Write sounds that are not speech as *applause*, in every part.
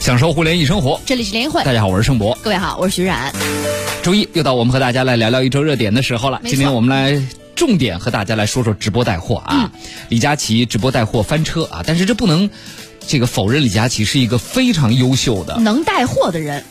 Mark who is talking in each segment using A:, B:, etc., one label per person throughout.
A: 享受互联易生活。
B: 这里是联谊会，
A: 大家好，我是盛博。
B: 各位好，我是徐冉。
A: 周一又到我们和大家来聊聊一周热点的时候了。
B: 没错
A: 今天我们来重点和大家来说说直播带货啊，
B: 嗯
A: 李佳琦直播带货翻车啊，但是这不能这个否认李佳琦是一个非常优秀的。
B: 能带货的人，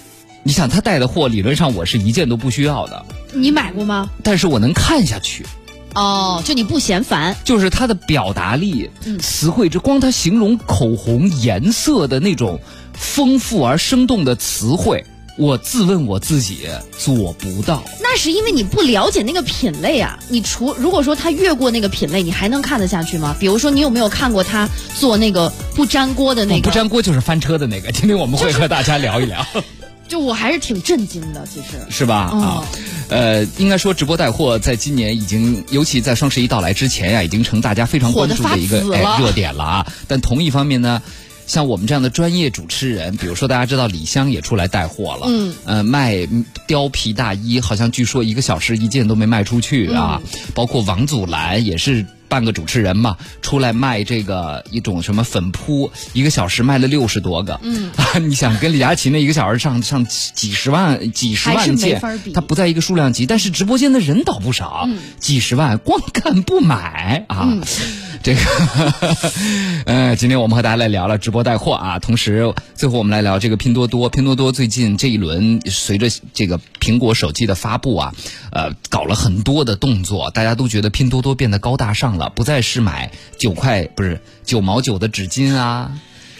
A: 你想他带的货，理论上我是一件都不需要的，
B: 你买过吗？
A: 但是我能看下去，
B: 哦，就你不嫌烦，
A: 就是他的表达力、
B: 嗯
A: 词汇，这光他形容口红颜色的那种丰富而生动的词汇。我自问我自己做不到，
B: 那是因为你不了解那个品类啊。你除如果说他越过那个品类，你还能看得下去吗？比如说，你有没有看过他做那个不粘锅的那
A: 我
B: 个？
A: 哦不粘锅就是翻车的那个。今天我们会和大家聊一聊，
B: 就我还是挺震惊的，其实。
A: 是吧？
B: 哦
A: 啊，呃，应该说直播带货在今年已经，尤其在双十一到来之前呀、已经成大家非常关注
B: 火得发
A: 的一个
B: 紫了
A: 哎热点了啊。但同一方面呢。像我们这样的专业主持人，比如说大家知道李湘也出来带货了，
B: 嗯，
A: 呃，卖貂皮大衣，好像据说一个小时一件都没卖出去啊。
B: 嗯
A: 包括王祖蓝也是半个主持人嘛，出来卖这个一种什么粉扑，一个小时卖了六十多个，嗯，啊， *laughs* 你想跟李佳琦那一个小时上上几十万、几十
B: 还是
A: 万
B: 没
A: 件
B: 法比，嗯
A: 他不在一个数量级，但是直播间的人倒不少，几十万，光看不买啊。这个，呃，今天我们和大家来聊聊直播带货啊，同时最后我们来聊这个拼多多。拼多多最近这一轮随着这个苹果手机的发布啊，呃，搞了很多的动作，大家都觉得拼多多变得高大上了，不再是买九块不是九毛九的纸巾啊，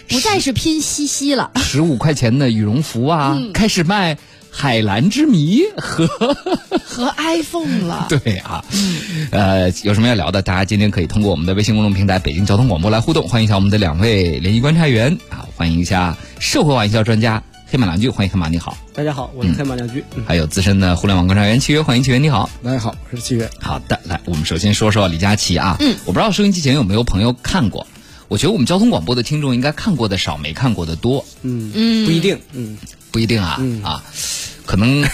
B: 不再是拼夕夕了，
A: 十五块钱的羽绒服啊，
B: 嗯
A: 开始卖海蓝之谜和。
B: 和 iPhone
A: *laughs*
B: 了
A: 对啊，呃，有什么要聊的，大家今天可以通过我们的微信公众平台“北京交通广播”来互动，欢迎一下我们的两位联谊观察员啊，欢迎一下社会化营销专家黑马良驹，欢迎黑马你好，
C: 大家好，我是黑马良驹。嗯，
A: 还有资深的互联网观察员契约，欢迎契约你好。
C: 大家好，我是七月。
A: 好的，来，我们首先说说李佳琦啊。嗯，我不知道收音机前有没有朋友看过，我觉得我们交通广播的听众应该看过的少，没看过的多，
C: 嗯嗯，不一定。嗯，
A: 不一定啊、啊，可能
C: *laughs*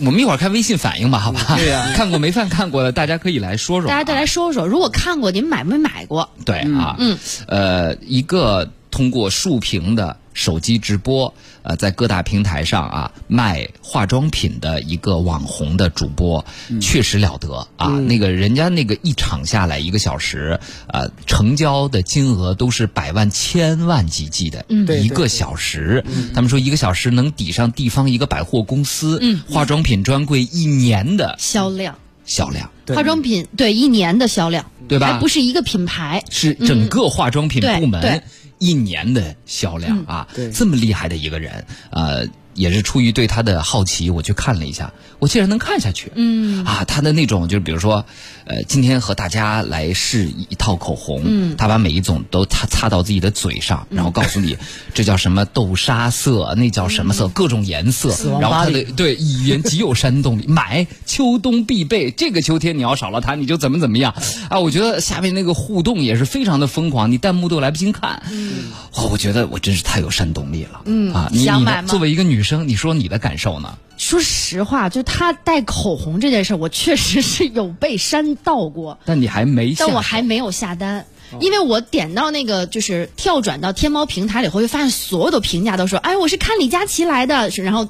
A: 我们一会儿看微信反应吧，好吧？
C: 对啊呀
A: *laughs* 看过没看看过的，大家可以来说说啊、
B: 大家再来说说，如果看过，您买没买过？
A: 对啊，
B: 嗯，
A: 呃，一个通过竖屏的手机直播，呃，在各大平台上啊卖化妆品的一个网红的主播，
C: 嗯
A: 确实了得啊。那个人家那个一场下来一个小时，呃，成交的金额都是百万、千万级计的，
C: 嗯对嗯
A: 一
C: 对
A: 个小时。他们说一个小时能抵上地方一个百货公司、
C: 嗯
A: 化妆品专柜一年的
B: 销量，
A: 销量。
C: 对嗯
B: 化妆品对一年的销量，
A: 对吧
B: 还不是一个品牌，
A: 是整个化妆品部
B: 嗯对
A: 门
B: 对
A: 一年的销量啊，
C: 对
A: 这么厉害的一个人，呃，也是出于对他的好奇，我去看了一下，我竟然能看下去，嗯，啊，他的那种就是比如说，呃，今天和大家来试一套口红，嗯，他把每一种都擦擦到自己的嘴上，然后告诉你这叫什么豆沙色，那叫什么色，各种颜色
C: 死，亡
A: 然后他
C: 芭
A: 的
C: 比
A: 对语言极有煽动力，买秋冬必备。这个秋天你要少了它，你就怎么怎么样啊？我觉得下面那个互动也是非常的疯狂，你弹幕都来不及看。
B: 嗯
A: 哦，我觉得我真是太有煽动力了。嗯啊，你
B: 想
A: 你
B: 买
A: 呢
B: 吗
A: 作为一个女生，你说你的感受呢？
B: 说实话，就他带口红这件事儿，我确实是有被煽到过，
A: 但你还没下，
B: 但我还没有下单。
C: 哦
B: 因为我点到那个就是跳转到天猫平台了以后，就发现所有的评价都说，哎，我是看李佳琦来的，是然后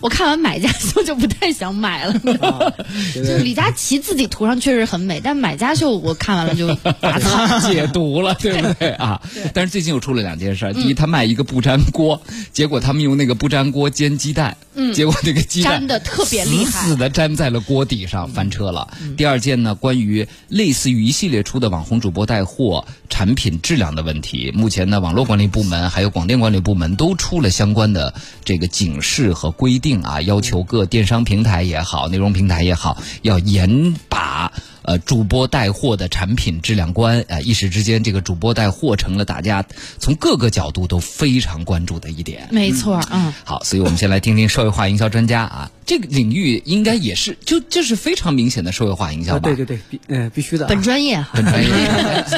B: 我看完买家秀就不太想买
C: *laughs*
B: 了。哦
C: 觉
B: 就是
C: 得
B: 李佳琦自己涂上确实很美，但买家秀我看完了就拔草。
A: 解毒了，对不对
B: *laughs*
A: 啊？但是最近又出了两件事
B: 嗯
A: 儿，第一，他卖一个不粘锅，结果他们用那个不粘锅煎鸡蛋，结果那个鸡蛋
B: 嗯粘得特别厉害
A: 死死的粘在了锅底上，翻车了。第二件呢，关于类似于一系列出的网红主播带货产品质量的问题，目前呢，网络管理部门还有广电管理部门都出了相关的这个警示和规定啊，要求各电商平台也好，内容平台也好，要严把。呃，主播带货的产品质量关，呃，一时之间，这个主播带货成了大家从各个角度都非常关注的一点。
B: 没错，嗯，
A: 好，所以我们先来听听社会化营销专家啊，这个领域应该也是，就这是非常明显的社会化营销
C: 啊，
A: 吧？
C: 对对对，必嗯必须的啊。
B: 本专业哈，
A: 很专业。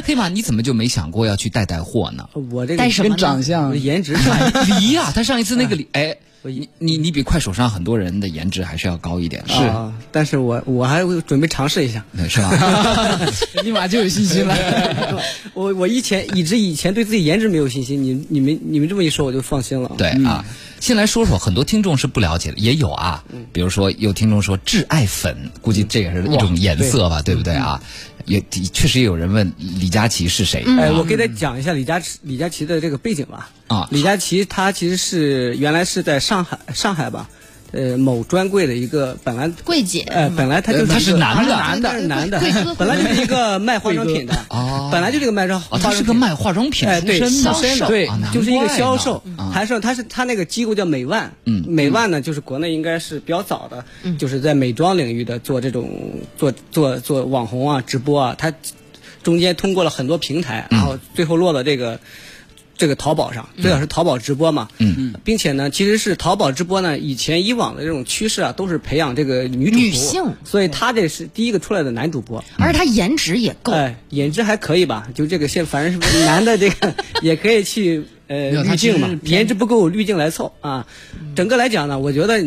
A: 黑马，你怎么就没想过要去带带货呢？
C: 啊我这个
B: 带什么呢跟长
C: 相、我的颜值 *laughs* 差一点，
A: 离呀、他上一次那个离，哎，
C: 我
A: 你你你比快手上很多人的颜值还是要高一点的，
C: *laughs* 啊但是我我还会准备尝试一下。
A: 那是吧？
D: 立马就有信心了。
C: *laughs* 我我以前一直以前对自己颜值没有信心，你你们你们这么一说我就放心了。
A: *laughs* 对啊，先来说说，很多听众是不了解的，也有啊，比如说有听众说挚爱粉，估计这也是一种颜色吧，对不对啊？也的确实也有人问李佳琦是谁
C: 哎，我给大家讲一下李佳琦李佳琦的这个背景吧。
A: 啊
C: 李佳琦他其实是原来是在上海上海吧，呃某专柜的一个本来
B: 柜姐，
C: 呃本来他就是一个
A: 他是男的
C: 他是男的
B: 贵
C: 是男
B: 贵哥
C: 的，本来就是一个卖化妆品的
A: 哦
C: 本来就是一个卖妆
A: 啊，他是个
C: 卖。
A: 卖化妆品
C: 哎，
A: 出
C: 对，
A: 身
C: 销
A: 的，啊
C: 售，啊对，就是一个销售，嗯还是他是他那个机构叫美万，
A: 嗯
C: 美万呢，就是国内应该是比较早的，就是在美妆领域的做这种做做做网红啊、直播啊，他中间通过了很多平台，然后最后落到这个。这个淘宝上，最早是淘宝直播嘛，嗯，并且呢，其实是淘宝直播呢，以前以往的这种趋势啊，都是培养这个女主播
B: 女性
C: 所以他这是第一个出来的男主播，
B: 而且她颜值也够，
C: 哎，颜值还可以吧？就这个现，反正是男的这个也可以去呃
D: 没有他
C: 滤镜嘛
D: 其实，是
C: 颜值不够滤镜来凑啊。整个来讲呢，我觉得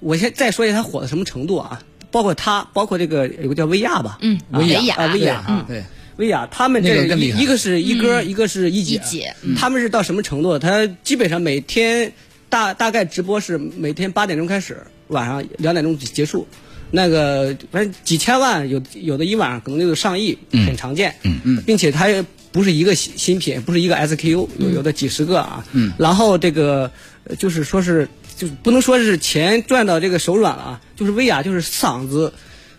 C: 我先再说一下他火到什么程度啊，包括他，包括这个有个叫薇娅吧，
B: 嗯，
C: 啊，
B: 维亚，
C: 啊，薇娅
A: 嗯
C: 啊，
D: 对，
C: 薇娅他们
D: 那
C: 这
D: 个更厉害嗯
C: 一个是一哥，一个是
B: 嗯
C: 一
B: 一
C: 姐，
B: 姐嗯
C: 他们是到什么程度？他基本上每天大大概直播是每天八点钟开始，晚上两点钟结束。那个反正几千万，有有的一晚上可能就有上亿，很常见。嗯嗯，并且它也不是一个新新品，不是一个 SKU，有有的几十个啊。嗯，然后这个呃就是说是就不能说是钱赚到这个手软了啊，就是薇娅就是嗓子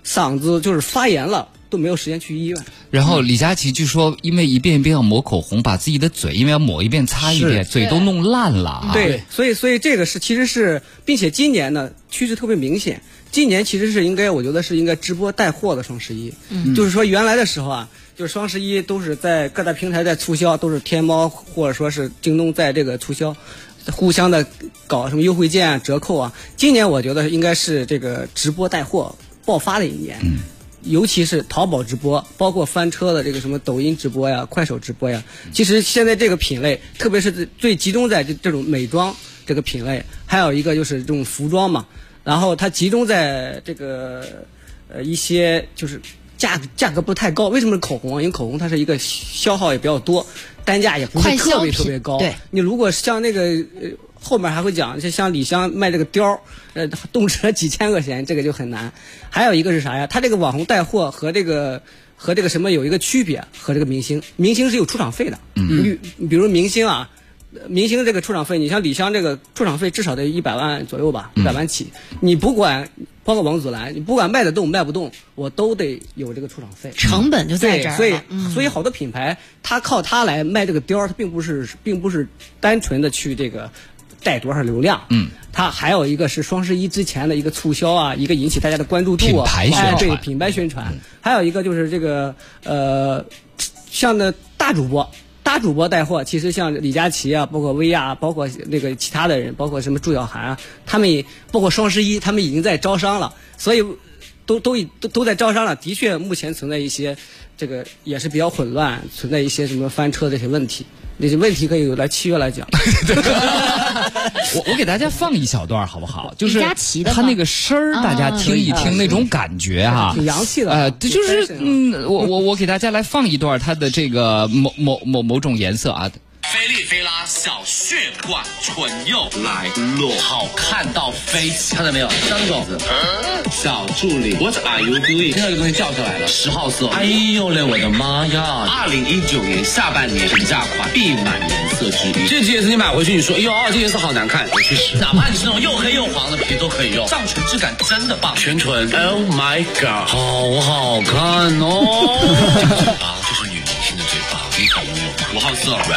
C: 嗓子就是发炎了，都没有时间去医院。
A: 然后李佳琦据说因为一遍一遍要抹口红，把自己的嘴因为要抹一遍擦一遍，嘴都弄烂了啊。
C: 对，所以所以这个是其实是，并且今年呢趋势特别明显，今年其实是应该，我觉得是应该直播带货的双十一，就是说原来的时候啊，就是双十一都是在各大平台在促销，都是天猫或者说是京东在这个促销。互相的搞什么优惠券啊、折扣啊，今年我觉得应该是这个直播带货爆发的一年，尤其是淘宝直播，包括翻车的这个什么抖音直播呀、快手直播呀，其实现在这个品类，特别是最集中在这这种美妆这个品类，还有一个就是这种服装嘛，然后它集中在这个呃一些就是价价格不太高，为什么是口红啊？因为口红它是一个消耗也比较多，单价也不
B: 快
C: 是
B: 消
C: 特别
B: 品
C: 特别高，
B: 对
C: 你如果像那个呃后面还会讲，就像李湘卖这个貂儿，呃，动辄几千块钱，这个就很难。还有一个是啥呀？他这个网红带货和这个和这个什么有一个区别，和这个明星，明星是有出场费的。嗯，你比如明星啊。呃明星这个出场费，你像李湘这个出场费至少得一百万左右吧，一百万起。你不管，包括王祖蓝，你不管卖得动卖不动，我都得有这个出场费。
B: 成本就在
C: 对，
B: 这儿
C: 所以
B: 了，嗯
C: 所以好多品牌，它靠它来卖这个貂儿，它并不是并不是单纯的去这个带多少流量，嗯，它还有一个是双十一之前的一个促销啊，一个引起大家的关注度啊，
A: 品牌宣传嗯
C: 哎对品牌宣传，还有一个就是这个呃，像那大主播。大主播带货，其实像李佳琦啊，包括薇娅啊，包括那个其他的人，包括什么祝晓涵啊，他们也包括双十一，他们已经在招商了，所以都都已都都在招商了。的确，目前存在一些这个也是比较混乱，存在一些什么翻车这些问题。那些问题可以由来七月来讲。
A: *laughs* 我我给大家放一小段儿好不好？就是
B: 李佳琦的吗
A: 他那个声儿，大家听一听那种感觉哈、
C: 挺洋嗯气的
A: 呃，对就是
C: 挺 fashion 啊
A: 嗯，我我我给大家来放一段他的这个某某某某种颜色啊， *laughs*
E: 菲利菲拉小血管唇釉来了，好看到飞起！看到没有，张狗子，小助理，What are you doing？听到这个东西叫出来了，十号色。哎呦嘞，我的妈呀！二零一九年下半年平价款必买颜色之一。这几颜色你买回去，你说，哎呦，这颜色好难看，我去试。哪怕你是那种又黑又黄的皮都可以用，上唇质感真的棒。全唇，Oh my god，好好看哦。这个 *laughs* 嘴巴就是女明星的嘴巴，你敢拥有吗？五号色，哇，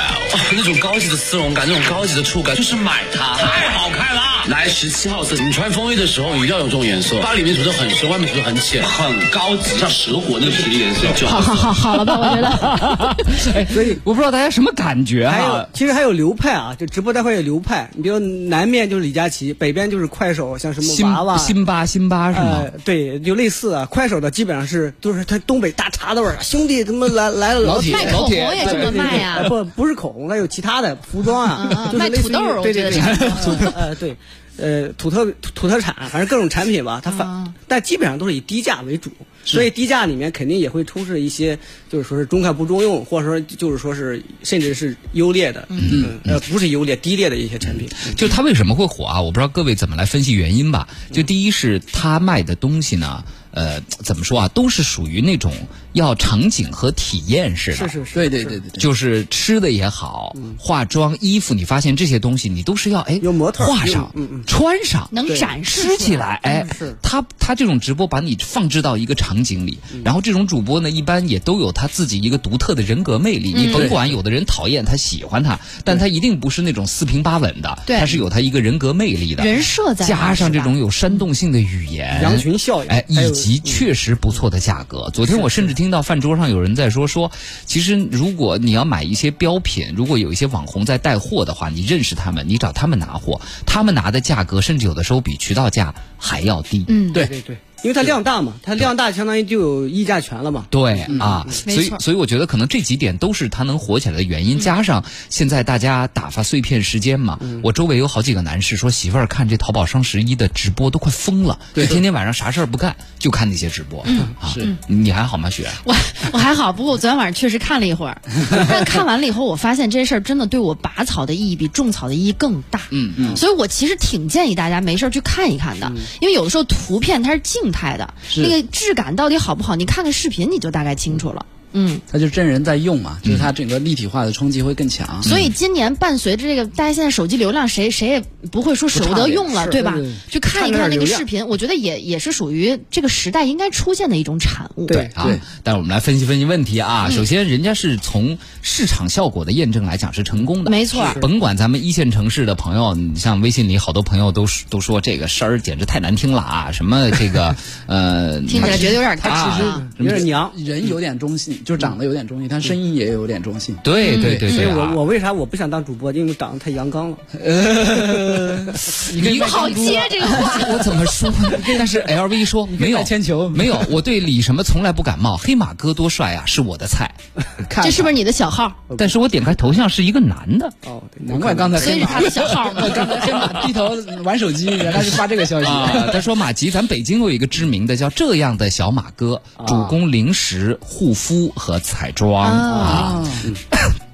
E: 那种高级的丝绒感，那种高级的触感，就是买它，太好看了。来十七号色，你穿风衣的时候一定要有这种颜色，把里面涂的很深，外面涂的很浅，很高级，像蛇果那个皮的颜色。
B: 好好好哦好了吧，我觉得
C: *laughs*
A: 所以哎我不知道大家什么感觉
C: 还有
A: 啊，，
C: 其实还有流派啊，就直播带货有流派。你比如南面就是李佳琦，北边就是快手，像什
A: 辛
C: 么娃娃、
A: 辛巴辛巴是吗
C: 呃？，对，就类似啊，快手的基本上是都是他东北大碴子味儿，啊兄弟他妈来来了啊
D: 老铁
B: 卖口红也这么卖啊
C: 对对对呃
B: 呀，
C: 不不是口红，它有其他的服装
B: 嗯嗯
C: 啊，就是
B: 卖
C: 类似
B: 土
C: 于
B: 豆儿我
C: 对 *laughs*
B: 觉
C: 对
B: 得 *laughs*
C: 对
B: 是，
C: 呃对，呃，土特土土特产，反正各种产品吧，它反，
B: 嗯
C: 但基本上都是以低价为主，所以低价里面肯定也会充斥一些，就是说是中看不中用，或者说就是说是甚至是优劣的，嗯，呃，不是优劣，低劣的一些产品，
D: 嗯
C: 嗯
A: 就它为什么会火啊？我不知道各位怎么来分析原因吧。就第一是它卖的东西呢，呃，怎么说啊，都是属于那种要场景和体验式的。
C: 是是是，
D: 对对对对对，
A: 就是吃的也好，化妆、衣服，你发现这些东西你都是要哎，
C: 嗯有模特
A: 画上、
C: 有嗯嗯
A: 穿上，
B: 能
C: 对
B: 展示
A: 吃起来，哎
C: 嗯是，
A: 他他这种直播把你放置到一个场景里，
C: 嗯
A: 然后这种主播呢，一般也都有他自己一个独特的人格魅力。
B: 嗯
A: 你甭管有的人讨厌他、喜欢他，但他一定不是那种四平八稳的，
B: 对
A: 他是有他一个人格魅力的。
B: 人设在那儿
A: 加上这
B: 是
A: 种有煽动性的语言，
C: 羊群效应
A: 哎，
C: 还有
A: 以
B: 嗯
A: 及确实不错的价格。昨天我甚至听到饭桌上有人在说说，其实如果你要买一些标品，如果有一些网红在带货的话，你认识他们，你找他们拿货，他们拿的价格甚至有的时候比渠道价还要低。
B: 嗯，
C: 对对对，因为它量大嘛，它量大相当于就有议价权了嘛，
A: 对啊，所
B: 嗯没
A: 以
B: 错嗯
A: 所以我觉得可能这几点都是他能火起来的原因，加上现在大家打发碎片时间嘛。我周围有好几个男士说，媳妇儿看这淘宝双十一的直播都快疯了，就天天晚上啥事儿不干，就看那些直播。
B: 嗯
A: 啊，你还好吗，雪？
B: 我我还好，不过我昨天晚上确实看了一会儿，但看完了以后，我发现这事儿真的对我拔草的意义比种草的意义更大。
A: 嗯
B: 嗯，所以我其实挺建议大家没事儿去看一看的，因为有的时候图片它是静态的，那个质感到底好不好，你看看视频你就大概清楚了。嗯，
D: 它就真人在用嘛，就是
C: 嗯
D: 它整个立体化的冲击会更强。
B: 所以今年伴随着这个，大家现在手机流量谁谁也不会说舍不得用了，
C: 是
B: 对吧
C: 对对？
B: 去看一
C: 看
B: 看
C: 点
B: 那个
C: 流量
B: 视频，我觉得也也是属于这个时代应该出现的一种产物。
C: 对
A: 啊。但是我们来分析分析问题
B: 嗯
A: 啊。首先，人家是从市场效果的验证来讲是成功的，
B: 没错是
A: 甭管咱们一线城市的朋友，你像微信里好多朋友都说都说这个声儿简直太难听了
B: *laughs*
A: 啊，什么这个呃，
B: 听起来觉得有点尬
A: 啊
B: 啊。
C: 有点娘。
D: 人有点中性，就长得有点中性，但声音也有点中性。
A: 对对对
C: 所以
A: 对
C: 我
A: 啊！
C: 我为啥我不想当主播？因为长得太阳刚了。
A: 你跟
B: 好接这个话，
A: *laughs* 我怎么说呢？但是 LV 说没有
D: 卖铅球
A: 没有，我对李什么从来不感冒。黑马哥多帅啊，是我的菜。
D: 看
B: 这是不是你的小号？
A: 但是我点开头像是一个男的，
C: 哦，对
D: 难怪刚才
B: 嗯所以
D: 黑
B: 是他
D: 马
B: 的小号吗？
D: 刚才黑马 *laughs* 低头玩手机，原来是发这个消息。
A: 啊，他说马吉，咱北京有一个知名的叫这样的小马哥，
B: 啊
A: 主攻零食、护肤和彩妆啊。
D: *laughs*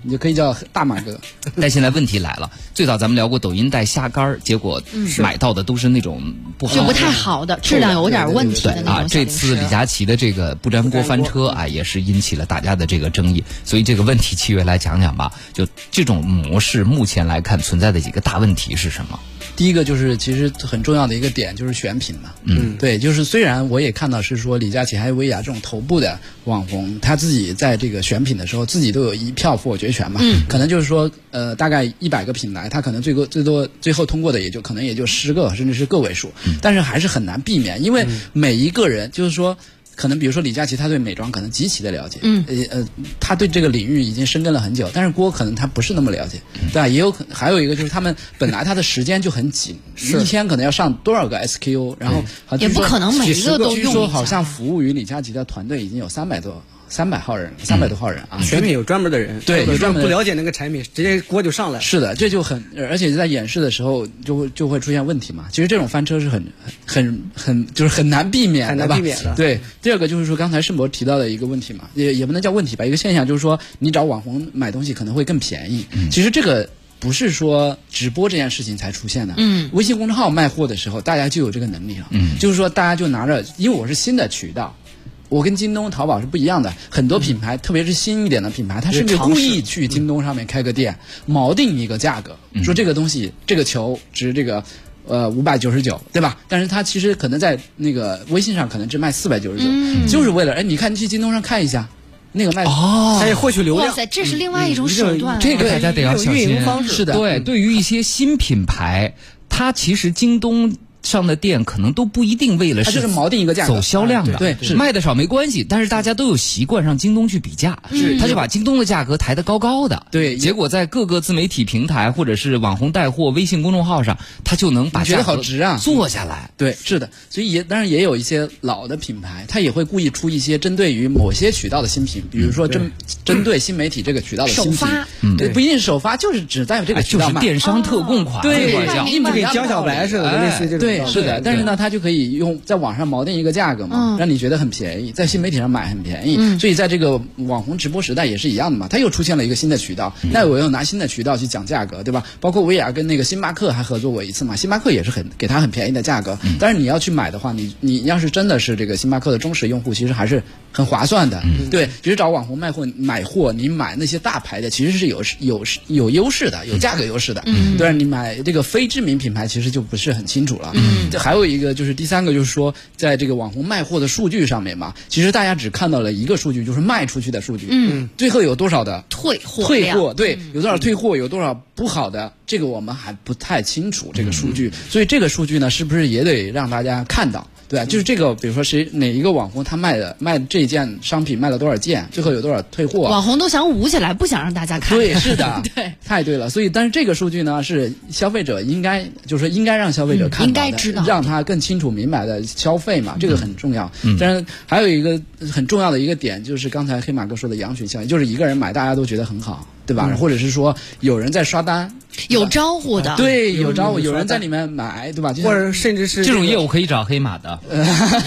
D: 你就可以叫大马哥。
A: 但现在问题来了，最早咱们聊过抖音带虾干儿，结果买到的都是那种不好
B: 嗯就
A: 的，
B: 不太好的，质量有点问题
A: 对
B: 的那
A: 啊
B: 种。小
A: 这
B: 零食
A: 次李佳琦的这个不粘锅翻车啊，也是引起了大家的这个争议。所以这个问题，七月来讲讲吧。就这种模式，目前来看存在的几个大问题是什么？
D: 第一个就是其实很重要的一个点就是选品嘛，嗯，对，就是虽然我也看到是说李佳琦还有薇娅这种头部的网红，他自己在这个选品的时候自己都有一票否决权嘛，嗯，可能就是说呃大概一百个品牌，他可能最多最多最后通过的也就可能也就十个甚至是个位数，但是还是很难避免，因为每一个人就是说。可能比如说李佳琦，他对美妆可能极其的了解，嗯，呃呃，他对这个领域已经深耕了很久，但是郭可能他不是那么了解，对吧？也有可还有一个就是他们本来他的时间就很紧，一天可能要上多少个 SKU，然后好
B: 也
D: 啊据
B: 不
D: 说
B: 可能每一个都
D: 据
B: 用
D: 说
B: 一
D: 好
B: 下
D: 像服务于李佳琦的团队已经有三百多三百号人，
B: 嗯
D: 三百多号人啊，
C: 选品有专门的人，
D: 对
C: 或者
D: 有
C: 说
D: 专门
C: 不
D: 的人
C: 了解那个产品，直接锅就上来了。
D: 是的，这就很，呃而且在演示的时候就会就会出现问题嘛。其实这种翻车是很很很就是很难避免
C: 很
D: 的
C: 难
D: 吧？
C: 避免的
D: 对，第二个就是说刚才盛博提到的一个问题嘛，也也不能叫问题吧，一个现象就是说你找网红买东西可能会更便宜。
C: 嗯
D: 其实这个。不是说直播这件事情才出现的，嗯，微信公众号卖货的时候，大家就有这个能力了，嗯，就是说大家就拿着，因为我是新的渠道，我跟京东、淘宝是不一样的，很多品
C: 嗯
D: 牌，特别是新一点的品牌，它甚至故意去京
A: 嗯
D: 东上面开个店，锚定一个价格，说这个东西这个球值这个。呃，五百九十九，对吧？但是它其实可能在那个微信上可能只卖四百九十九，
B: 嗯
D: 就是为了哎，你看你去京东上看一下，那个卖
A: 哦
C: 他也获取流
B: 哇
C: 量，嗯
B: 塞，这是另外一种手段啊。
A: 这个大家得要小
C: 运
A: 心
C: 营方。式
D: 是的嗯
A: 对，对于一些新品牌，它其实京东。上的店可能都不一定为了
D: 它就是是锚定一个价格
A: 走销量的，嗯
D: 啊对对是
A: 卖的少没关系，但是大家都有习惯上京东去比价，
D: 嗯是
A: 他就把京东的价格抬得高高的，
D: 对
A: 结果在各个自媒体平台或者是网红带货、微信公众号上，他就能把
D: 你觉
A: 价
D: 得
A: 格
D: 好值啊
A: 做下来。
D: 对，是的，所以也当然也有一些老的品牌，它也会故意出一些针对于某些渠道的新品，比如
A: 嗯
D: 说针针对新媒体这个渠道的新品，
B: 首发
D: 对，不一定是首发，就是只在这
A: 哎
D: 个渠
A: 就
D: 道
A: 是
D: 卖。
A: 电商特供款，
D: 对
A: 这管叫
B: 明白
C: 就跟江小白似的，
A: 啊哎
C: 类似于这种
D: 对
C: 道，理。
D: 是的，但是呢，它就可以用在网上锚定一个价格嘛，
B: 嗯
D: 让你觉得很便宜，在新媒体上买很便宜，
C: 嗯
D: 所以在这个网红直播时代也是一样的嘛，它又出现了一个新的渠道，
C: 嗯
D: 那我又拿新的渠道去讲价格，对吧？包括薇娅跟那个星巴克还合作过一次嘛，星巴克也是很给它很便宜的价格，
C: 嗯
D: 但是你要去买的话，你你要是真的是这个星巴克的忠实用户，其实还是很划算的，
C: 嗯
D: 对，其实找网红卖货买货，你买那些大牌的其实是有有有优势的，有价格优势的，对，你买这个非知名品牌其实就不是很清楚了，嗯，这还有一个就是第三个就是说，在这个网红卖货的数据上面嘛，其实大家只看到了一个数据，就是卖出去的数据，嗯，最后有多少的
B: 退货
D: 退
B: 量嗯
D: 货，对，有多少退货，有多少不好的，这个我们还不太清楚这个数据，所以这个数据呢，是不是也得让大家看到？对啊，就是这个，比如说谁哪一个网红他卖的卖这件商品卖了多少件，最后有多少退货，啊
B: 网红都想捂起来，不想让大家看。，
D: 对，是的
B: 对，
D: 太对了。所以，但是这个数据呢，是消费者应该，就是说应该让消费者看到的，
B: 应该知道
D: 让他更清楚明白的消费嘛，这个很重要。但是还有一个很重要的一个点，就是刚才黑马哥说的羊群效应，就是一个人买，大家都觉得很好，对吧？或者是说有人在刷单，
B: 有招呼的。
D: 对，有招，
C: 有人
D: 有人
C: 刷单
D: 在里面买，对吧？就像
C: 或者甚至是
A: 这种业
C: 务，
A: 务可以找黑马
D: *laughs*
A: 的，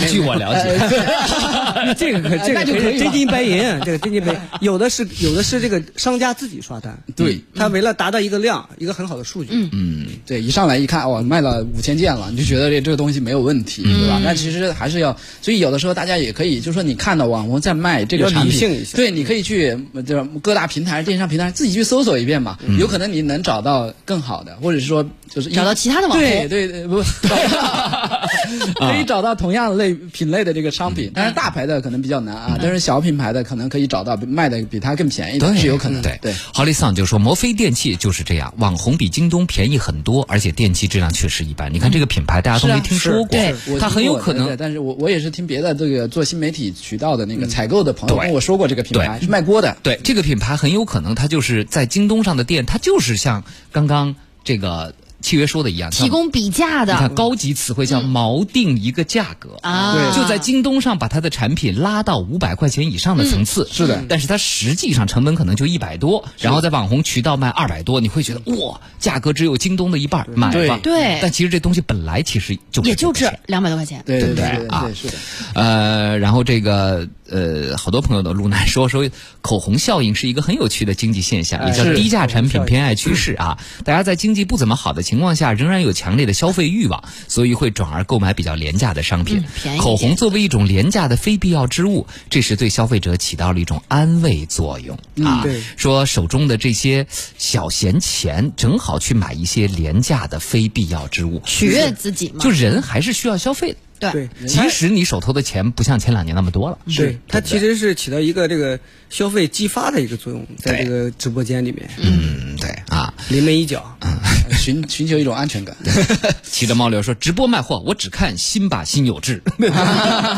A: 据我了解，*laughs*
D: 呃
C: 这个可这个
D: 那就可以了
C: 真金白银，这个真金白银，有的是有的是这个商家自己刷单，嗯
D: 对
C: 他为了达到一个量，一个很好的数据，
B: 嗯
D: 对，一上来一看，哇，卖了五千件了，你就觉得这这个东西没有问题，
B: 嗯
D: 对吧？但其实还是要，所以有的时候大家也可以，就是说你看到网红在卖这个
C: 要
D: 产
C: 理
D: 品，
C: 性一些
D: 对，你可以去呃就是各大平台、电商平台自己去搜索一遍嘛，有可能你能找到更好的，或者是说就是
B: 嗯找到其他的网红啊
D: 对对
B: *laughs*
D: 对，不， *laughs* 找到可以找到同样类品类的这个商
B: 嗯
D: 品，但是大牌的可能比较难啊，但是小品牌的可能可以找到比卖的比它更便宜的，是有可能的，
B: 嗯
A: 对，豪利桑就说摩飞电器就是这样，网红比京东便宜很多，而且电器质量确实一般。你看这个品牌大家都
D: 是啊
A: 没听
D: 是
A: 说过
D: 对，我
A: 它
D: 听
A: 很有
D: 过
A: 可
D: 对对
A: 能。
D: 但是我我也是听别的这个做新媒体渠道的那个采购的朋友
A: 嗯对
D: 跟我说过这个品牌
A: 对
D: 是卖锅的，
A: 对，这个品牌很有可能它就是在京东上的店，它就是像刚刚这个契约说的一嗯样，像
B: 提供比价
A: 你
B: 的
A: 看高级词汇叫锚定一个价格。
B: 啊，
A: 就在京东上把它的产品拉到五百块钱以上的层次，
D: 嗯是的
A: 但是它实际上成本可能就一百多，然后在网红渠道卖二百多，你会觉得哇，价格只有京东的一半，买吧。
D: 嗯对
B: 对
A: 但其实这东西本来其实就是
B: 也就
A: 这个
B: 这
A: 钱。
B: 两百多块钱。
D: 对
A: 对
D: 对
A: 对
D: 对
A: 啊
D: 对，是的，
A: 呃，然后这个呃，好多朋友都露难说说口红效应是一个很有趣的经济现象，
B: 哎
A: 也叫
D: 是
A: 低价产
C: 口
A: 品
C: 红效应
A: 偏爱趋势啊。大家在经济不怎么好的情况下，仍然有强烈的消费欲望，所以会转而购买比较廉价的商品
B: 嗯便宜。一点
A: 口红作为一种廉价的非必要之物，这时对消费者起到了一种安慰作用
B: 嗯
A: 啊
C: 对。
A: 说手中的这些小闲钱，正好去买一些廉价的非必要之物，
B: 取悦自己嘛
A: 就，人还是需要消费的。
C: 对
B: 对，，
A: 即使你手头的钱不像前两年那么多了，
C: 对，它其实是起到一个这个消费激发的一个作用，在
A: 对
C: 这个直播间里面
A: 嗯，对啊。
C: 临门一脚，
D: 寻寻求一种安全感，
A: 骑着猫流说直播卖货，我只看辛巴新有志。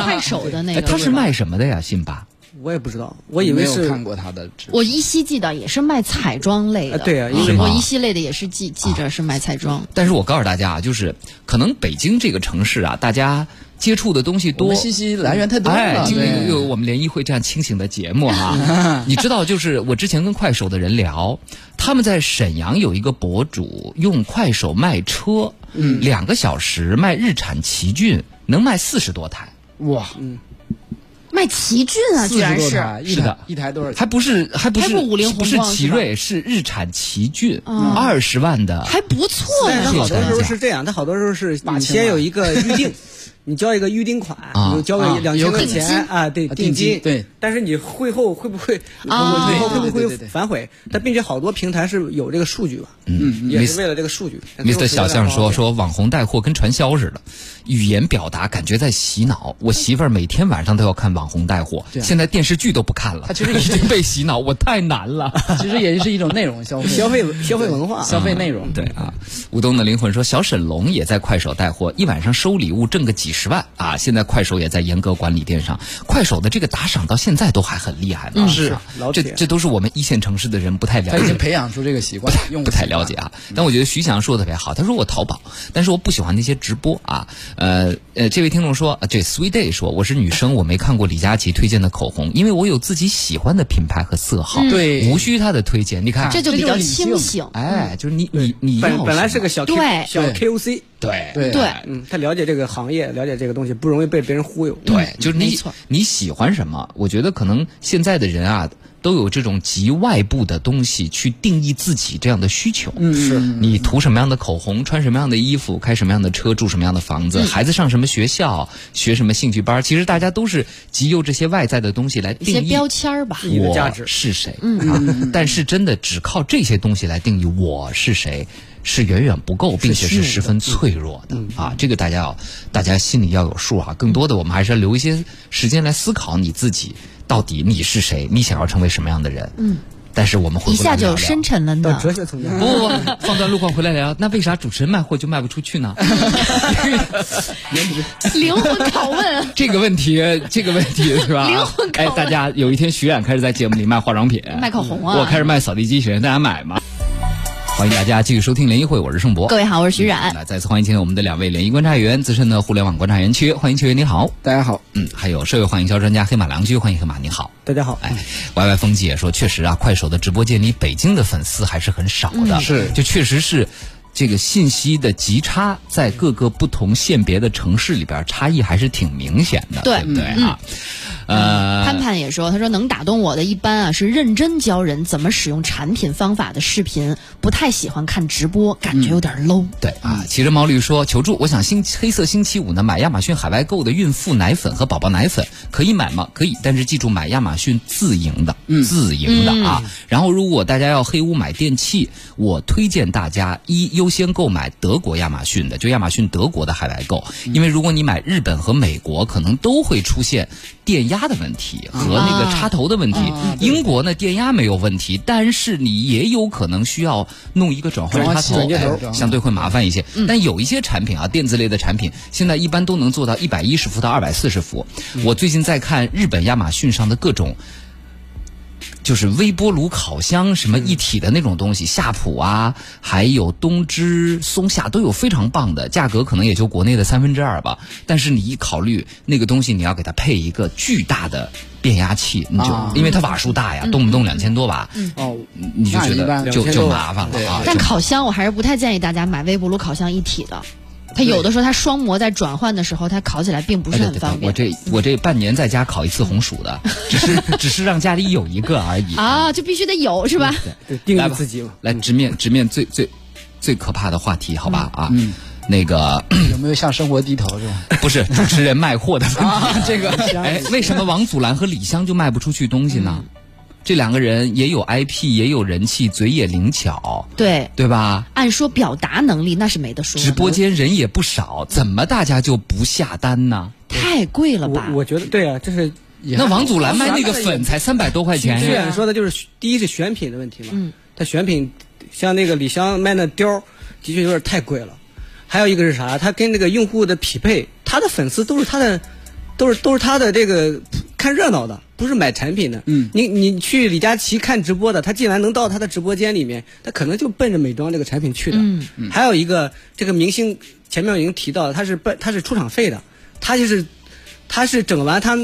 B: 快手的那
A: 哎，
B: 个。
A: 他是卖什么的呀？辛巴
C: 我也不知道，我以为
D: 没有
C: 是
D: 看过他的直播，
B: 我依稀记得也是卖彩妆类的，
C: 啊对啊因
A: 为
B: 我依稀类的也是记记着是卖彩妆，
A: 但是我告诉大家啊，就是可能北京这个城市啊，大家接触的东西
D: 我
A: 多
D: 们。信息来源太多
A: 哎
D: 了，，
A: 经历
D: 对
A: 有我们联谊会这样清醒的节目
B: *laughs*
A: 啊，你知道，就是我之前跟快手的人聊，他们在沈阳有一个博主用快手卖车，
B: 嗯
A: 两个小时卖日产奇骏，能卖四十多台。
D: 哇，
B: 卖奇骏啊，居
D: 四十
B: 然
D: 多
B: 是
D: 台，一
A: 是的
D: 台一台多少钱？
A: 还不是还不是
B: 还不五菱
A: 不
B: 宏
A: 是
B: 光
A: 奇
B: 是吧嗯
A: 瑞，是日产奇骏，二十万的。
B: 还不错
C: 但是它
B: 呢。
C: 好多时
A: 是
C: 候
A: 的
C: 是这样，它好多时候是
D: 八
C: 你
D: 千 *laughs*
C: 先有一个预定，你交一个预定款，
A: 啊
C: 你就交
D: 啊
C: 个两千
D: 有可
C: 块
D: 能
C: 钱啊，对，
D: 啊
C: 定
D: 定金对。
C: 但是你会后会不会，
B: 啊
C: *laughs* 会后会不
D: 对对
C: 会
D: 对对对
C: 反悔？但并且好多平台是有这个数据吧，嗯，也是为了这个数据。但最后
A: Mr.
C: 实在
A: 小象
C: 不好
A: 说：“说
C: 点
A: 网红带货跟传销似的，语言表达感觉在洗脑。我媳妇儿每天晚上都要看网红带货，
D: 啊
A: 现在电视剧都不看了。
D: 她其实
A: *laughs* 已经被洗脑，我太难了。
D: 其实也是一种内容消费，
C: 消费消费文化，
D: 消费内容。
A: 对啊，吴东的灵魂说：“小沈龙也在快手带货，一晚上收礼物挣个几十万啊！现在快手也在严格管理电商，快手的这个打赏到现在都还很厉害呢。是
C: 老
A: 这
C: 铁
A: 这都是我们一线城市的人不太了
D: 他
A: 解
D: 已
A: 的
D: 经培养出这个习惯，用
A: 不
D: 户
A: 太
D: 习惯
A: 了解啊。但我觉得徐翔说的特别好，他说我淘宝，但是我不喜欢那些直播啊。呃呃，这位听众说，呃这 Sweet Day 说我是女生，我没看过李佳琦推荐的口红，因为我有自己喜欢的品牌和色号，
D: 对
A: 无需他的推荐。你看，
B: 这就比较清
D: 嗯这就是理
B: 醒。
A: 哎，就是你你你要
C: 本本来
A: 什
C: 是
A: 么
C: 个小 Q
B: 对
C: 小
D: 对
C: KOC，
A: 对
D: 对
B: 对，
C: 嗯，他了解这个行业，了解这个东西，不容易被别人忽悠。嗯
A: 对，就是
B: 嗯没
A: 你
B: 错
A: 你喜欢什么？我觉得可能现在的人啊，都有这种极外部的东西去定义自己这样的需求。嗯，是你涂什么样的口红，穿什么样的衣服，开什么样的车，住什么样的房
B: 嗯
A: 子，孩子上什么学校，学什么兴趣班，其实大家都是集由这些外在的东西来
B: 一些
A: 定义。
B: 标签儿吧。
C: 义的价值
A: 我是谁？
B: 嗯
A: 啊，但是真的只靠这些东西来定义我是谁，是远远不够，并且是十分脆弱
B: 嗯
A: 的啊！这个大家要，大家心里要有数啊。更多的，我们还是要留一些时间来思考你自己到底你是谁，你想要成为什么样的人。嗯，但是我们回
B: 一
A: 不来
B: 下就
A: 聊聊
B: 深沉了
C: 到
B: 呢。
C: 哲学层面，
A: 不不不，放段路况回来聊。那为啥主持人卖货就卖不出去
B: *laughs*
A: 呢？
B: *laughs*
A: *laughs*
B: 灵魂拷
A: *laughs*
B: 问，啊
A: 这个问题，这个问
B: *laughs*
A: 题是吧？
B: 灵魂拷
A: 哎
B: 问，
A: 大家有一天徐冉开始在节目里卖化妆品，
B: 卖口红啊
A: 我开始卖扫地机器人，大家买吗？欢迎大家继续收听联谊会，我是盛博。
B: 各位哎好，我是徐冉。
A: 来，再次欢迎今天我们的两位联谊观察员，资深的互联网观察员区，欢迎区员你好。
D: 大家好，
A: 嗯，还有社会化营销专家黑马良驹，欢迎黑马你好。
C: 大家好，
A: 哎，Y Y 风纪也说，确实啊，快手的直播间里北京的粉丝还是很少的，
B: 嗯
D: 是
A: 就确实是。这个信息的极差，在各个不同县别的城市里边，差异还是挺明显的，
B: 对
A: 不对啊？呃，
B: 潘潘也说，他说能打动我的，一般啊是认真教人怎么使用产品方法的视频，不太喜欢看直播，感觉有点 low。
A: 对嗯啊，骑着毛驴说求助，我想星黑色星期五呢买亚马逊海外购的孕妇奶粉和宝宝奶粉，可以买吗？可以，但是记住买亚马逊自营的，
B: 嗯
A: 自营的啊。然后如果大家要黑屋买电器，我推荐大家一优先购买德国亚马逊的，就亚马逊德国的海外购，
B: 嗯
A: 因为如果你买日本和美国，可能都会出现电压的问题和那个
B: 啊
A: 插头的问题。英国呢电压没有问题，但是你也有可能需要弄一个转换
D: 转
A: 插
D: 换器
A: 头，
D: 转接头
A: 哎相对会麻烦一些。
D: 嗯
A: 但有一些产品啊，电子类的产品，现在一般都能做到一百一十伏到二百四十伏。
D: 嗯
A: 我最近在看日本亚马逊上的各种。就是微波炉、烤箱什么
D: 嗯
A: 一体的那种东西，夏普啊，还有东芝、松下都有非常棒的，价格可能也就国内的三分之二吧。但是你一考虑那个东西，你要给它配一个巨大的变压器，你就、
D: 啊
A: 因为它瓦数大呀，动不动两千多瓦，
D: 哦，
A: 你就觉
D: 那一
A: 得
D: 般
A: 就
C: 2000
A: 就
C: 多瓦
A: 麻烦了
D: 对
A: 啊。
B: 但
A: 就
B: 烤箱我还是不太建议大家买微波炉烤箱一体的，它有的时候它双模在转换的时候，它烤起来并不是
A: 哎
B: 很
A: 对
B: 方
A: 我
B: 便。
A: 这我这半年在家烤一次红薯的，只是只是让家里有一个而已。
B: 啊，就必须得有是吧？
C: 对，定
A: 来
C: 义
A: 吧
C: 自己嘛。
A: 来直面直面最最最可怕的话题，好吧啊，那个 *coughs*
D: 有没有向生活低头
A: *laughs*
D: 是吧？
A: 不是主持人卖货的问 *laughs* 题。
D: 啊这个
A: 哎，为什么王祖蓝和李湘就卖不出去东西呢？这两个人也有 IP，也有人气，嘴也灵巧，
B: 对，
A: 对吧？
B: 按说表达能力那是没得说的。
A: 直播间人也不少，怎么大家就不下单呢？
B: 太贵了吧
C: 我？我觉得对啊，这是
A: 那王祖蓝卖那个粉才三百多块钱
C: 徐
A: 呀，
C: 远说的就是第一是选品的问题嘛，
B: 嗯
C: 他选品像那个李湘卖那貂儿，的确有点太贵了。还有一个是啥？他跟那个用户的匹配，他的粉丝都是他的，都是都是他的这个看热闹的，不是买产品的。
D: 嗯
C: 你你去李佳琦看直播的，他既然能到他的直播间里面，他可能就奔着美妆这个产品去的。
B: 嗯
C: 还有一个这个明星前面已经提到了，他是奔他是出场费的，他就是他是整完他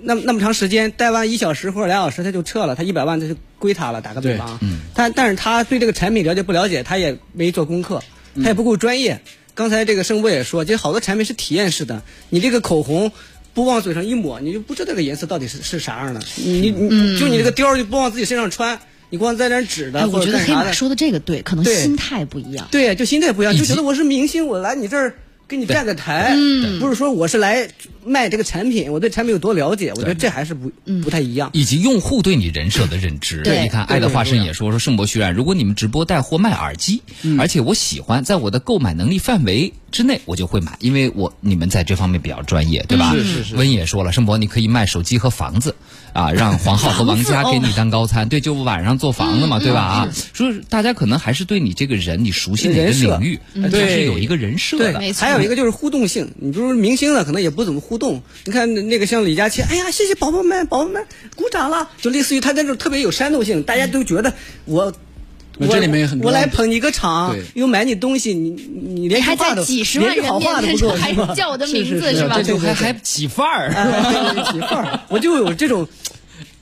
C: 那那么长时间待完一小时或者两小时他就撤了，他一百万他就归他了，打个比方啊。
B: 嗯
C: 但但是他对这个产品了解不了解，他也没做功课，他也不够专业。刚才这个盛波也说，其实好多产品是体验式的，你这个口红。不往嘴上一抹，你就不知道这个颜色到底是是啥样的。你你就你这个貂儿就不往自己身上穿，你光在那儿指的、
B: 嗯哎，我
C: 或者
B: 觉得
C: 干
B: 黑
C: 啥
B: 马
C: 的，
B: 说的这个对，可能
C: 对
B: 心态不一样。
C: 对，就心态不一样，
A: 以
C: 就
A: 及
C: 觉得我是明星，我来你这儿跟你站个台，
B: 嗯
C: 不是说我是来卖这个产品，我对产品有多了解，我觉得这还是不
B: 嗯
C: 不太一样。
A: 以及用户对你人设的认知。
B: 对
A: 你看，
C: 对嗯
A: 爱的化身也说说盛博徐冉，如果你们直播带货卖耳机，而且我喜欢，在我的购买能力范围之内，我就会买，因为我你们在这方面比较专业，对吧？
C: 嗯
D: 是是是
A: 温也说了，盛博你可以卖手机和房子啊，让黄浩和王佳
C: 哦
A: 给你当高餐，对，就晚上做房子
C: 嗯
A: 嘛，对吧？啊，所以大家可能还是对你这个人，你熟悉哪个
C: 人设
A: 领域，
C: 嗯
A: 它是
C: 对
A: 有一个人设的。
B: 没错
C: 还有一个就是互动性，你比如说明星呢，可能也不怎么互动。你看那个像李佳琦，哎呀，谢谢宝宝们，宝宝们鼓掌了，就类似于他这种特别有煽动性，大家都觉得我。
D: 那
C: 我
B: 嗯
D: 这里面也很
C: 我
D: 重要
C: 来捧你个场
D: 对，
C: 又买你东西，你你连句
B: 还
C: 话
B: 在
C: 都
B: 几十
C: 连
B: 万
C: 句
B: 人
C: 好
B: 面
C: 话都不
B: 前
C: 说，
B: 还
C: 是吧
B: 叫我的名字
D: 是
B: 吧
A: 这？就
C: 对对
A: 还
C: 对
A: 还起范儿，
C: 哎 *laughs* 对起范儿，我就有这种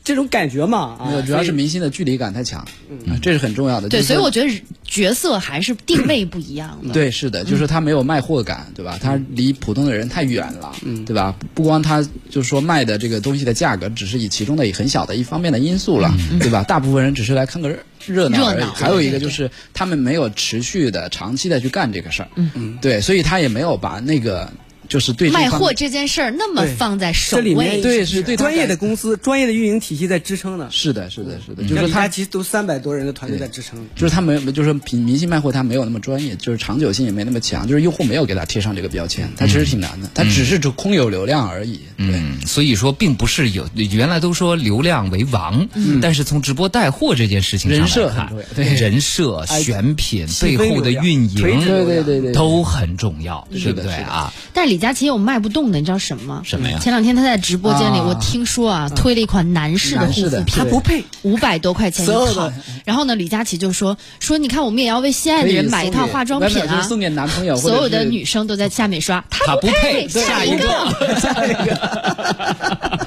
C: 这种感觉嘛。啊
D: *laughs* 没有，主要是明星的距离感太强，嗯，这是很重要的。
B: 对，
D: 就是
B: 所
D: 说
B: 以我觉得角色还是定位不一样的。
D: 对，是的，就是
B: 嗯
D: 说他没有卖货感，对吧？他离普通的人太远了，对吧？不光他就是说卖的这个东西的价格，只是以其中的很小的一方面的因素了，对吧？大部分人只是来看个热闹而已。
B: 热闹
D: 还有一个
B: 对对
D: 就是他们没有持续的、长期的去干这个事儿，嗯，对，所以他也没有把那个就是对这
B: 卖
D: 方
B: 货
D: 面
B: 这件事儿那么
C: 对
B: 放在首
C: 这里面
B: 位，
D: 对是对他
C: 专业
D: 感
C: 的公司、专业的运营体系在支撑呢。
D: 是的，是的，是的，就是
C: 像
D: 说
C: 李
D: 他
C: 佳琦都三百多人的团队在支撑。
D: 就是他没有，就是明明星卖货，他没有那么专业，就是长久性也没那么强，就是用户没有给他贴上这个标签，他其实挺难的，他只是就空有流量而已。对，
A: 嗯，所以说并不是有原来都说流量为王，但是从直播带货这件事情上来
D: 人设
A: 看
D: 很重要对
A: 人设、选品背
C: 细分
A: 后的
C: 流量
A: 运
C: 垂直
A: 营
C: 流
D: 对对对对，
A: 都很重要，对
D: 是
A: 不
D: 的
A: 对
D: 是的
A: 啊？
B: 但李佳琦有卖不动的，你知道什么吗？
A: 什么呀
B: 前两天他在直播间里，
D: 啊
B: 我听说啊，推了一款男士的
D: 男士
B: 护肤
D: 的
B: 品，
D: 他不
B: 配，五百多块钱一
C: 所有
B: 套
C: 的。
B: 然后呢，李佳琦就说说，你看我们也要为心爱
D: 可
B: 的
D: 以
B: 人买一套
D: 送给
B: 化妆品
D: 外面就
B: 啊
D: 是。送给男朋友，
B: 所有的
D: 或者是
B: 女生都在下面刷，他
A: 他不配，
B: 下
A: 一
B: 个。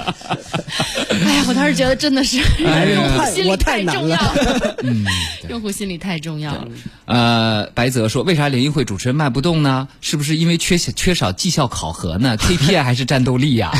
B: 哎呀，我当时觉得真的是用户心理
C: 我太
B: 太
C: 难
B: 重要了， *laughs* 用户心理太重要了。
A: 呃，白泽说，为啥联谊会主持人卖不动呢？是不是因为缺少缺少绩效考核呢？KPI 还是战斗力呀、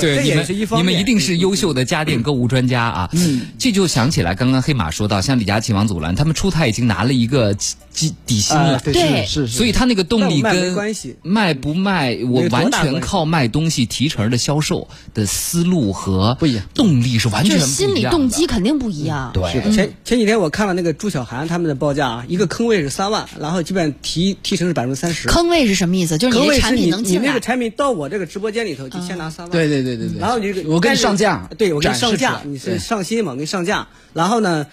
A: 对，
C: 这
A: 你
C: 也
A: 们
C: 是一方
A: 你们
C: 面
A: 一定是优秀的家电购物专家啊。嗯，这就想起来刚刚黑马说到，像李佳琦、王祖蓝他们出台已经拿了一个基基底薪
D: 嗯
A: 了。
C: 啊对
B: 对
D: 是是，
A: 所以他那个动力
C: 卖不卖
A: 跟
C: 没关系
A: 卖不卖，我
C: 有多大
A: 完全
C: 关系
A: 靠卖东西提成的销售的思路和
D: 不一样嗯
A: 动力是完
B: 就
A: 全
B: 是
A: 不
B: 心
A: 一
B: 理
A: 样
B: 动
A: 的
B: 机肯定不一样。
A: 对。
C: 前前几天我看了那个朱晓涵他们的报价啊，一个坑位是三万，然后基本提提成是百分之三十。
B: 坑位是什么意思？就是
C: 坑
B: 你
C: 位
B: 的
C: 是
B: 产品
C: 你
B: 能
C: 你
B: 进
C: 那
B: 来
C: 个，产品到我这个直播间里头就先拿三万。
D: 嗯对对对对对，
C: 然后你这个
D: 我给
C: 但
D: 你
C: 是
D: 上架，
C: 对我给你上
D: 展示
C: 架
D: 出，来
C: 你是
D: 对
C: 上新嘛？我给你上架，然后呢，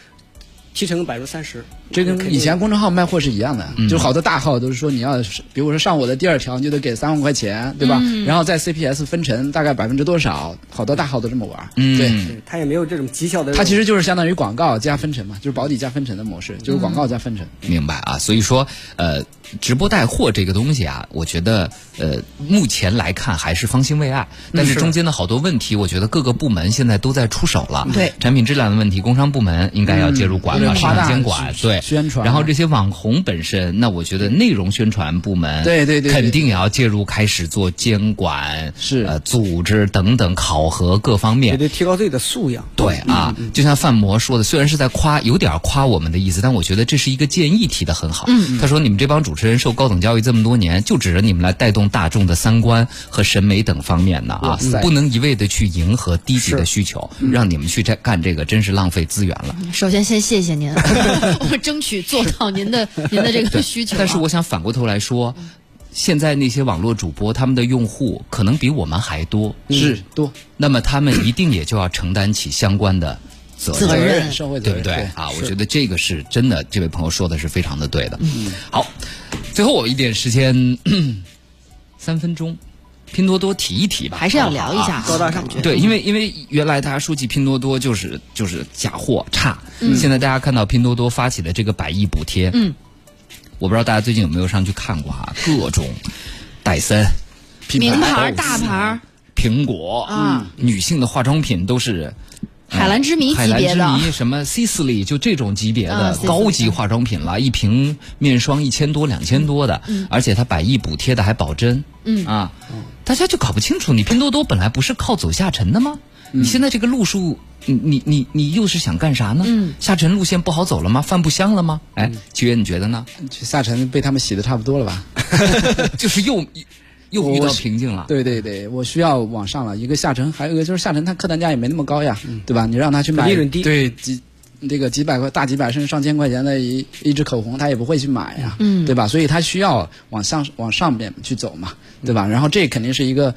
C: 提成百分之三十。
D: 这跟以前公众号卖货是一样的，
A: 嗯
D: 就好多大号都是说你要是，比如说上我的第二条，你就得给三万块钱，对吧？
B: 嗯
D: 然后在 CPS 分成大概百分之多少，好多大号都这么玩儿。
A: 嗯
D: 对，
C: 对他也没有这种绩效的。
D: 它其实就是相当于广告加分成嘛，就是保底加分成的模式，就是广告加分成。
A: 明白啊，所以说，呃，直播带货这个东西啊，我觉得，呃，目前来看还是方兴未艾，
D: 嗯
A: 但是中间的好多问题，我觉得各个部门现在都在出手了。
B: 对
A: 产品质量的问题，工商部门应该要介入管
D: 嗯
A: 了，
D: 对
A: 市场
D: 夸大
A: 监管，
D: 宣
A: 对
D: 宣传
A: 然后这些网红本身，那我觉得内容宣传部门，
D: 对对对对
A: 肯定也要介入，开始做监管，
D: 是
A: 呃，组织等等考核各方面
C: 也。得提高自己的素养。
A: 对啊，
D: 嗯
A: 就像范魔说的，虽然是在夸，有点夸我们的意思，但我觉得这是一个建议，提的很好。
D: 嗯
A: 他说你们这帮主持人受高等教育这么多年，就指着你们来带动大众的三观和审美等方面呢啊
D: 哇，塞嗯
A: 不能一味的去迎合低级的需求，让你们去这干这个，真是浪费资源了。
B: 首先先谢谢您， *laughs* 我争取做到您的您的这个需求啊。
A: 但是我想反过头来说，现在那些网络主播他们的用户可能比我们还多，
D: 是多
A: 那么他们一定也就要承担起相关的责任。
B: 责任
D: 社会责
A: 对
D: 任，
A: 不对啊？我觉得这个是真的，这位朋友说的是非常的对的。嗯，好，最后我一点时间，三分钟，拼多多提一提吧，
B: 还是要聊一
A: 好不好
B: 下
A: 啊
B: 啊
C: 高大上
B: 感觉
A: 对，因为因为原来大家说起拼多多就是就是假货差，现在大家看到拼多多发起的这个百亿补贴，
B: 嗯，
A: 我不知道大家最近有没有上去看过哈、各种戴森、
B: 名牌儿大牌儿
A: 苹果
B: 啊，
A: 女性的化妆品都是
B: 海蓝之谜
A: 嗯海
B: 级
A: 蓝
B: 别
A: 之
B: 的，
A: 谜什么 Sisley 就这种级别
B: 啊
A: 的
B: ，Sisley
A: 高级化妆品了，一瓶面霜一千多、两千多的，
B: 嗯
A: 而且它百亿补贴的还保真，嗯啊，大家就搞不清楚，你拼多多本来不是靠走下沉的吗？
B: 嗯
A: 你现在这个路数，你你你你又是想干啥呢？
B: 嗯
A: 下沉
B: *laughs*
A: 路线不好走了吗？饭不香了吗？哎，七月你觉得呢？
D: 下沉被他们洗的差不多了吧？
A: 就是又又遇到瓶颈了。
D: 对对对，我需要往上了。一个下沉，还有一个就是下沉，它客单价也没那么高呀，对吧？你让他去买，
C: 利润低
D: 对几这个几百块、大几百甚至上千块钱的一一支口红，他也不会去买呀，嗯，对吧？所以他需要往上往上面去走嘛，对吧？然后这肯定是一个。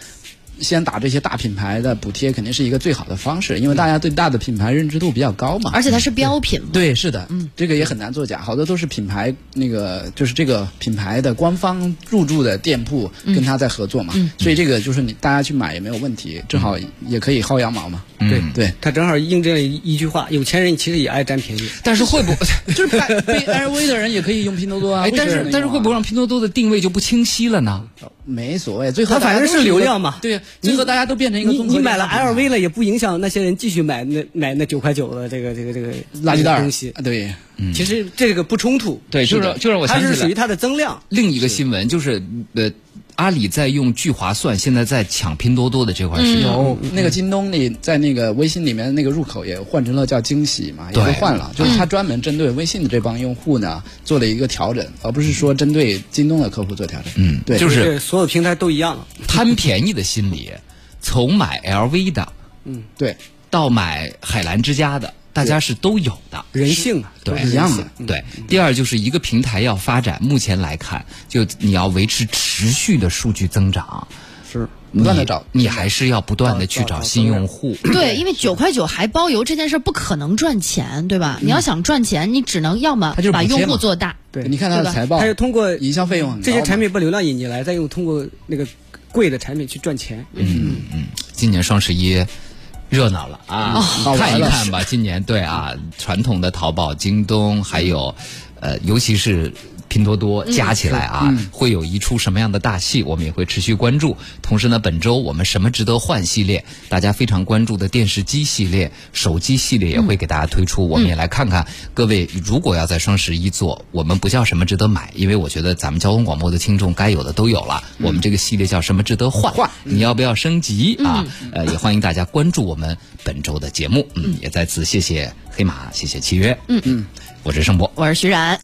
D: 先打这些大品牌的补贴，肯定是一个最好的方式，因为大家对大的品牌认知度比较高嘛。
B: 而且它是标品嘛。
D: 对，是的，嗯，这个也很难作假，好多都是品牌那个，就是这个品牌的官方入驻的店铺跟他在合作嘛，所以这个就是你大家去买也没有问题，正好也可以薅羊毛嘛。
C: 对
D: 对，
C: 他正好印证了一一句话：有钱人其实也爱占便宜。
A: 但是会不
D: *laughs*
A: 会？
D: 就是背背 LV 的人也可以用拼多多啊。
A: 哎，但
D: 为
A: 是
D: 什么用啊
A: 但是会不会让拼多多的定位就不清晰了呢？
D: 没所谓，最后
C: 它反正
D: 大家都
C: 是
D: 一个
C: 流量嘛
D: 对呀，最后大家都变成一个
C: 你
D: 综合
C: 你买了
D: 流量
C: LV 了，也不影响那些人继续买那买那九块九的这个这个这个
D: 垃圾袋儿
C: 东西，
D: 啊对，
C: 其实这个不冲突。
A: 对，就是让就让我
C: 它
A: 想
C: 嗯是
A: 起
C: 属于
A: 来
C: 它的增量。
A: 另一个新闻，就是呃，阿里在用聚划算，现在在抢拼多多的这块市场。
D: 有那个京东里，在那个微信里面的那个入口也换成了叫惊喜嘛，也
A: 对嗯
D: 就换了，就是它专门针对微信的这帮用户呢做了一个调整，而不是说针对京东的客户做调整。嗯，对，
A: 就是
C: 对所有平台都一样了。
A: *laughs* 贪便宜的心理，从买 LV 的
D: 对，
A: 到买海澜之家的，大家是都有的。
C: 人性啊，
A: 对
C: 都是
D: 一样的
C: 人性
A: 对，第二就是一个平台要发展，目前来看，就你要维持持续的数据增长，
D: 是不断的
A: 你
D: 找。
A: 你还是要不断的去找新用户。
B: 对，因为九块九还包邮这件事儿不可能赚钱，对吧？你要想赚钱，你只能要么
D: 它就是
B: 把
D: 补贴
B: 用户
D: 嘛
B: 做大，
C: 对
D: 你看它
B: 对吧
D: 的财报
C: 它，是通过
D: 营销费用很高
C: 这些产
D: 嘛，
C: 品把流量引进来，再用通过那个贵的产品去赚钱。
A: 今年双十一热闹了啊，
D: 哦
A: 看一
D: 好玩
A: 看吧。今年对啊，传统的淘宝、京东，还有呃，尤其是。拼多多加起来啊，会有一出什么样的大戏？我们也会持续关注。同时呢，本周我们什么值得换系列，大家非常关注的电视机系列、手机系列也会给大家推出。我们也来看看各位，如果要在双十一做，我们不叫什么值得买，因为我觉得咱们交通广播的听众该有的都有了。我们这个系列叫什么值得换？换你要不要升级啊？呃，也欢迎大家关注我们本周的节目。嗯，也再次谢谢黑马，谢谢契约。嗯嗯，我是盛博。
B: 我是徐然。